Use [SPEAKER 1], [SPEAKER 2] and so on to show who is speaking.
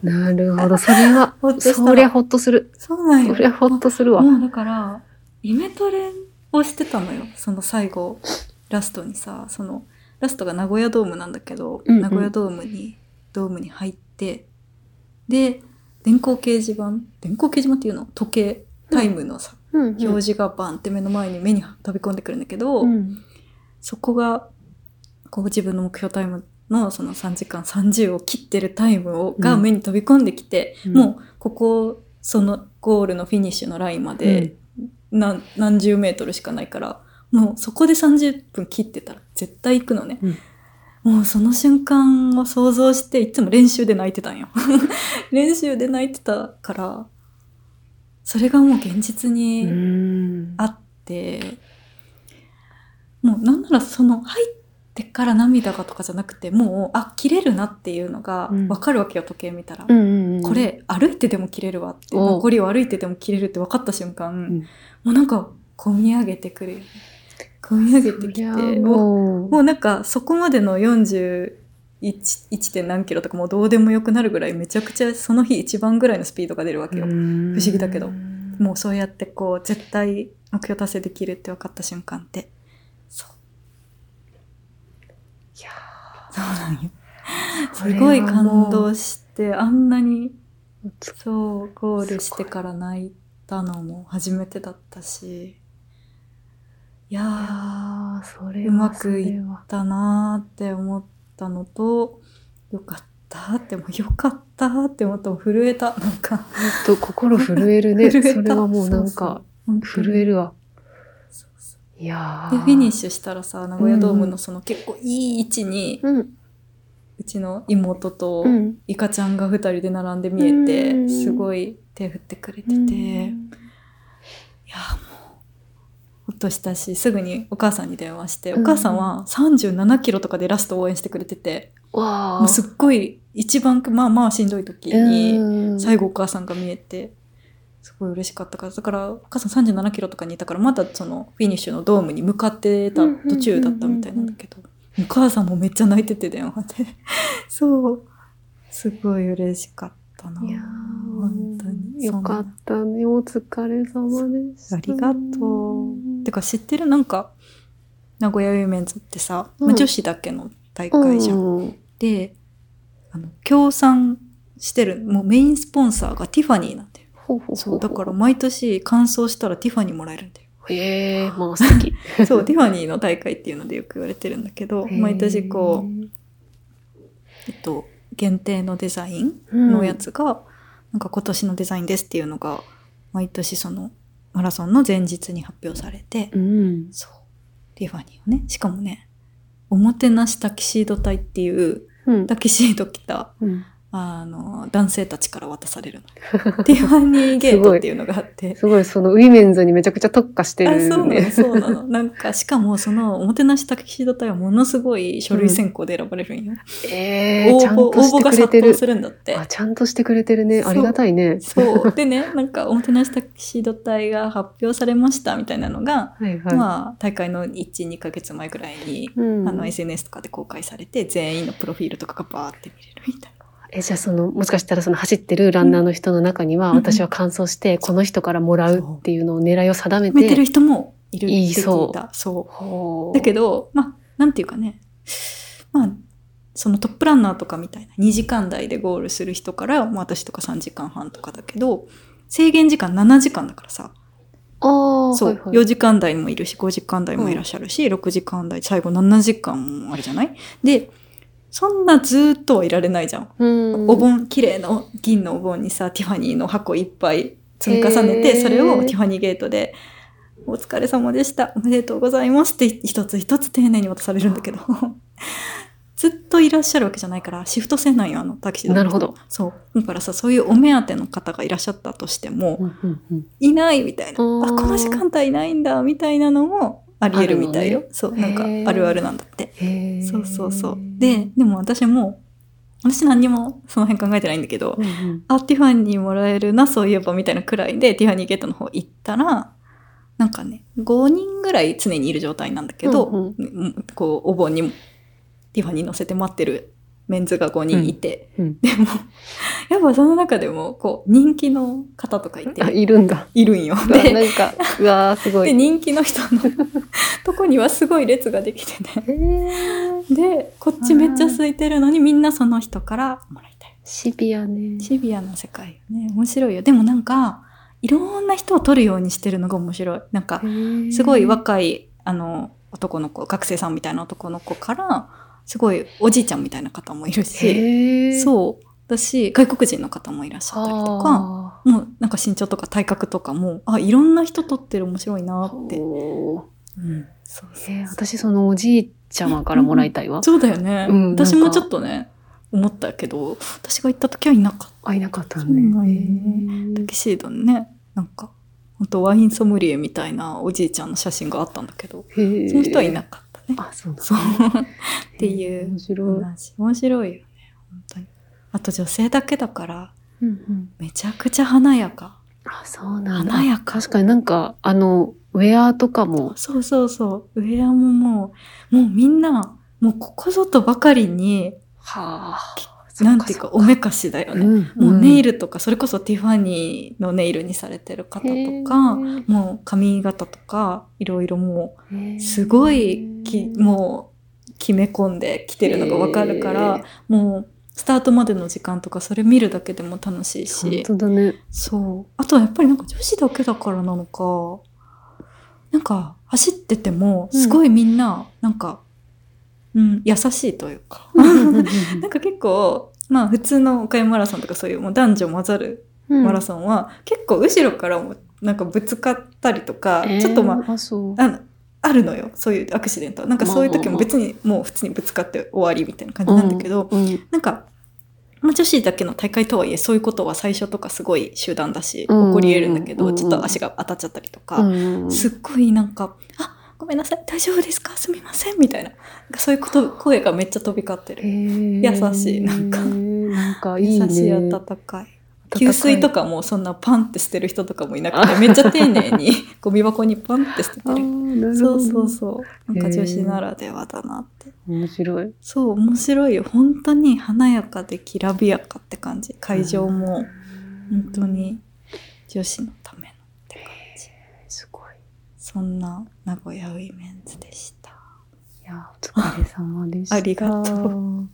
[SPEAKER 1] なるほど。それは、
[SPEAKER 2] ほっとした
[SPEAKER 1] そりゃほっとする。
[SPEAKER 2] そうなん
[SPEAKER 1] そ
[SPEAKER 2] よ
[SPEAKER 1] りゃほっとするわ。
[SPEAKER 2] もうだからイメトレをしてたのよその最後ラストにさそのラストが名古屋ドームなんだけど、
[SPEAKER 1] うんうん
[SPEAKER 2] 名古屋ドームにドームに入ってで電光掲示板電光掲示板っていうの時計タイムのさ、
[SPEAKER 1] うんうん
[SPEAKER 2] 表示がバンって目の前に目に飛び込んでくるんだけど、
[SPEAKER 1] うん
[SPEAKER 2] そこがこう自分の目標タイムのその3時間30を切ってるタイムをが
[SPEAKER 1] うん
[SPEAKER 2] 目に飛び込んできて、
[SPEAKER 1] うん
[SPEAKER 2] もうここそのゴールのフィニッシュのラインまで何,、何十メートルしかないからもうそこで30分切ってたら絶対行くのね、
[SPEAKER 1] うん
[SPEAKER 2] もうその瞬間を想像していつも練習で泣いてた んよ練習で泣いてたからそれがもう現実
[SPEAKER 1] う
[SPEAKER 2] に
[SPEAKER 1] ん。
[SPEAKER 2] あってもうなんならその入ってから涙がとかじゃなくてもうあ切れるなっていうのが
[SPEAKER 1] うん
[SPEAKER 2] 分かるわけよ、時計見たら、
[SPEAKER 1] うんうんうん
[SPEAKER 2] こ、れ歩いてでも切れるわって
[SPEAKER 1] おう
[SPEAKER 2] 残りを歩いてでも切れるって分かった瞬間、
[SPEAKER 1] ん
[SPEAKER 2] もうなんかこみ上げてくるよねこみ上げてき
[SPEAKER 1] そり
[SPEAKER 2] て
[SPEAKER 1] ゃ
[SPEAKER 2] も
[SPEAKER 1] も
[SPEAKER 2] う
[SPEAKER 1] う、
[SPEAKER 2] もうなんかそこまでの41 1. 点何キロとかもうどうでもよくなるぐらいめちゃくちゃその日一番ぐらいのスピードが出るわけよ、
[SPEAKER 1] 不
[SPEAKER 2] 不思議だけどもうそうやってこう絶対目標達成できるって分かった瞬間ってそう
[SPEAKER 1] いや
[SPEAKER 2] そうなんよ
[SPEAKER 1] それ
[SPEAKER 2] す
[SPEAKER 1] は
[SPEAKER 2] ごい感動してあんなに
[SPEAKER 1] ー
[SPEAKER 2] そうゴールしてから泣いたのも初めてだったしいやー
[SPEAKER 1] あーそれは
[SPEAKER 2] うまくいっ
[SPEAKER 1] それは
[SPEAKER 2] だなーって思ったのとよかったってもうよかったって思ったもう震えたなんか
[SPEAKER 1] ほんと心震えるね
[SPEAKER 2] 震えた
[SPEAKER 1] それはもうなん
[SPEAKER 2] そう そう
[SPEAKER 1] か
[SPEAKER 2] 本当に
[SPEAKER 1] 震えるわ
[SPEAKER 2] そうそう
[SPEAKER 1] いや
[SPEAKER 2] でフィニッ
[SPEAKER 1] ュ
[SPEAKER 2] シュしたらさ名古屋ドーム
[SPEAKER 1] うんう
[SPEAKER 2] のその結構いい位置に、う
[SPEAKER 1] うん
[SPEAKER 2] ちの妹と
[SPEAKER 1] うん
[SPEAKER 2] イカちゃんが2人で並んで見えて、
[SPEAKER 1] うん
[SPEAKER 2] すごい手振ってくれてて、いやもうほっとしたしすぐにお母さんに電話して、
[SPEAKER 1] うん
[SPEAKER 2] お母さんは3 7キロとかでラスト応援してくれてて、
[SPEAKER 1] わあ
[SPEAKER 2] もうすっごい一番まあまあしんどい時に
[SPEAKER 1] うん
[SPEAKER 2] 最後お母さんが見えて。すごい嬉しかったからだからお母さん3 7キロとかにいたからまだそのフィニッシュのドームに向かってた
[SPEAKER 1] うんうんうんうんうん
[SPEAKER 2] 途中だったみたいなんだけどお母さんもめっちゃ泣いてて電話で そうすごい嬉しかったない
[SPEAKER 1] やー
[SPEAKER 2] 本当に
[SPEAKER 1] よかったねお疲れ様でした
[SPEAKER 2] ありがとうてか知ってるなんか名古屋ウィメンズってさ、まあ
[SPEAKER 1] うん
[SPEAKER 2] 女子だけの大会じゃん、
[SPEAKER 1] うん
[SPEAKER 2] であの協賛してるもうメインスポンサーがティファニーなんだよ
[SPEAKER 1] ほうほう
[SPEAKER 2] そ
[SPEAKER 1] ほ
[SPEAKER 2] う
[SPEAKER 1] う
[SPEAKER 2] だから毎年完走したらティファニーもらえるんだよ
[SPEAKER 1] へえまあ素敵
[SPEAKER 2] そう、ティファニーの大会っていうのでよく言われてるんだけど、毎年こう、えっと、限定のデザイン
[SPEAKER 1] う
[SPEAKER 2] のやつが、なんか今年のデザインですっていうのが、毎年そのマラソンの前日に発表されて、
[SPEAKER 1] うん
[SPEAKER 2] そう、ティファニーをね、しかもね、おもてなしタキシード隊っていう、
[SPEAKER 1] うん
[SPEAKER 2] タキシード着た、
[SPEAKER 1] うん
[SPEAKER 2] あの、男性たちから渡される の。ティファニーゲートっていうのがあって、
[SPEAKER 1] すごいそのウィメンズにめちゃくちゃ特化して
[SPEAKER 2] あ
[SPEAKER 1] る
[SPEAKER 2] そうなの
[SPEAKER 1] ね
[SPEAKER 2] そうなのなんかしかもそのおもてなしタキシード隊はものすごい書類選考で選ばれるんよ、
[SPEAKER 1] ええ
[SPEAKER 2] 応
[SPEAKER 1] ちゃん
[SPEAKER 2] 募
[SPEAKER 1] と
[SPEAKER 2] 応
[SPEAKER 1] し
[SPEAKER 2] 募
[SPEAKER 1] て
[SPEAKER 2] が
[SPEAKER 1] く
[SPEAKER 2] 殺
[SPEAKER 1] れて
[SPEAKER 2] 到
[SPEAKER 1] る
[SPEAKER 2] するんだって
[SPEAKER 1] あちゃんとしてくれてるね
[SPEAKER 2] そう
[SPEAKER 1] ありがたいね
[SPEAKER 2] そうでねなんかおもてなしタキシード隊が発表されましたみたいなの が、
[SPEAKER 1] はいはい、
[SPEAKER 2] まあ大会の12ヶ月前ぐらいに、
[SPEAKER 1] うん、
[SPEAKER 2] あの SNS とかで公開されて全員のプロフィールとかがバーって見れるみたいな
[SPEAKER 1] えじゃあそのもしかしたらその走ってるランナーの人の中には、
[SPEAKER 2] うん
[SPEAKER 1] 私は完走してこの人からもらうっていうのを狙いを定め
[SPEAKER 2] 見て
[SPEAKER 1] て
[SPEAKER 2] る人もいるって
[SPEAKER 1] いいそう
[SPEAKER 2] 聞いたそう
[SPEAKER 1] ほう
[SPEAKER 2] だけど、まあ、なんていうかね、まあ、そのトップランナーとかみたいな、2時間台でゴールする人から、まあ、私とか3時間半とかだけど、制限時間7時間だからさ、
[SPEAKER 1] ああ
[SPEAKER 2] そう、
[SPEAKER 1] はいはい
[SPEAKER 2] 4時間台もいるし、5時間台もいらっしゃるし、6時間台、最後7時間もあれじゃないで、そんなずーっとはいられないじゃん。
[SPEAKER 1] うん
[SPEAKER 2] お盆、綺麗な銀のお盆にさ、ティファニーの箱いっぱい積み重ね
[SPEAKER 1] へ
[SPEAKER 2] て、
[SPEAKER 1] ー
[SPEAKER 2] それをティファニーゲートで、お疲れ様でした、おめでとうございますって一つ一つ丁寧に渡されるんだけど、 ずっといらっしゃるわけじゃないから、シフト制なんよ、あのタキシード。
[SPEAKER 1] なるほど。
[SPEAKER 2] そう。だからさ、そういうお目当ての方がいらっしゃったとしても、
[SPEAKER 1] うんうんうん
[SPEAKER 2] いないみたいな、あ、
[SPEAKER 1] あー
[SPEAKER 2] この時間帯いないんだ、みたいなのもあり得るみたいよ。
[SPEAKER 1] ある
[SPEAKER 2] そう、なんか
[SPEAKER 1] へー
[SPEAKER 2] あるあるなんだって。
[SPEAKER 1] へえ
[SPEAKER 2] そうそうそう。で、でも私も、私何にもその辺考えてないんだけど
[SPEAKER 1] う、んうん
[SPEAKER 2] あ、ティファニーもらえるな、そういえばみたいなくらいで、ティファニーゲートの方行ったら、なんかね、5人ぐらい常にいる状態なんだけど、
[SPEAKER 1] うん
[SPEAKER 2] うんこう、お盆にもティファニー乗せて待ってるメンズが5人いて、
[SPEAKER 1] うん
[SPEAKER 2] でも やっぱその中でもこう人気の方とかい
[SPEAKER 1] あ
[SPEAKER 2] て
[SPEAKER 1] いるんだ
[SPEAKER 2] いるんよ
[SPEAKER 1] うわ
[SPEAKER 2] で
[SPEAKER 1] なんかうわーすごい
[SPEAKER 2] で人気の人 のとこにはすごい列ができてね
[SPEAKER 1] へー
[SPEAKER 2] でこっちめっちゃ空いてるのにみんなその人からもらいたい
[SPEAKER 1] シビアね
[SPEAKER 2] シビアな世界よね面白いよでもなんかいろんな人を撮るようにしてるのが面白いなんかすごい
[SPEAKER 1] わ
[SPEAKER 2] 若いあの男の子学生さんみたいな男の子からすごいおじいちゃんみたいな方もいるし
[SPEAKER 1] う
[SPEAKER 2] そうだし外国人の方もいらっしゃったりとか
[SPEAKER 1] か
[SPEAKER 2] もうなんか身長とか体格とかもあいろんな人撮ってる面白いなって、うんそうそう
[SPEAKER 1] えー私そのおじいちゃまからもらいたいわ、
[SPEAKER 2] そうだよね、
[SPEAKER 1] うんなんか
[SPEAKER 2] 私もちょっとね思ったけど私が行った時はいなかっ
[SPEAKER 1] あいなかった
[SPEAKER 2] そう
[SPEAKER 1] ね
[SPEAKER 2] なんよねたタキシードにねなんか本当ワインソムリエみたいなおじいちゃんの写真があったんだけど
[SPEAKER 1] へー
[SPEAKER 2] その人はいなかったね。
[SPEAKER 1] あそうだ
[SPEAKER 2] そうってい
[SPEAKER 1] へー
[SPEAKER 2] う
[SPEAKER 1] 面白い、
[SPEAKER 2] 話面白いよね本当にあと女性だけだから
[SPEAKER 1] うんうん
[SPEAKER 2] めちゃくちゃ華やか
[SPEAKER 1] あそうなんだ
[SPEAKER 2] 華やか
[SPEAKER 1] 確かになんかあのウェアとかも
[SPEAKER 2] そうそうそうウェアももうもうみんなもうここぞとばかりに
[SPEAKER 1] はあ
[SPEAKER 2] なんていうかおめかしだよね、もうネイルとかそれこそティファニーのネイルにされてる方とかもう髪型とかいろいろもうすごいきもう決め込んできてるのがわかるから、もうスタートまでの時間とかそれ見るだけでも楽しい
[SPEAKER 1] 本
[SPEAKER 2] し
[SPEAKER 1] 当だね
[SPEAKER 2] そうあとはやっぱりなんか女子だけだからなのかなんか走っててもすごいみんななんか、うん優しいという か、なんか結構まあ普通の岡山マラソンとかそういうもう男女混ざるマラソンは、結構後ろからもなんかぶつかったりとか、ちょっとまあ
[SPEAKER 1] あそう
[SPEAKER 2] あのあるのよそういうアクシデントはなんかそういう時も別にもう普通にぶつかって終わりみたいな感じなんだけど、
[SPEAKER 1] うん
[SPEAKER 2] なんか、まあ、女子だけの大会とはいえそういうことは最初とかすごい集団だし起
[SPEAKER 1] うん
[SPEAKER 2] こり得るんだけど、
[SPEAKER 1] うん
[SPEAKER 2] ちょっと足が当たっちゃったりとか、
[SPEAKER 1] うん
[SPEAKER 2] すっごいなんか「あごめんなさい大丈夫ですかすみません」みたいななんかそういうこと声がめっちゃ飛び交ってる優
[SPEAKER 1] 優
[SPEAKER 2] しいなんか
[SPEAKER 1] なんかいいね
[SPEAKER 2] 優しい温かい。給水と
[SPEAKER 1] か
[SPEAKER 2] かもそんなパンって捨てる人とかもいなくてめっちゃ丁寧にゴミ箱にパンって捨ててるそうそうそう。なんか女子ならではだなって。
[SPEAKER 1] 面白い
[SPEAKER 2] そう、面白いよ。本当に華やかできらびやかって感じ。会場も本当に女子のためのって感じ。
[SPEAKER 1] すごい
[SPEAKER 2] そんな名古屋ウィメンズでした。
[SPEAKER 1] いやお疲れ様でした
[SPEAKER 2] ありがと
[SPEAKER 1] う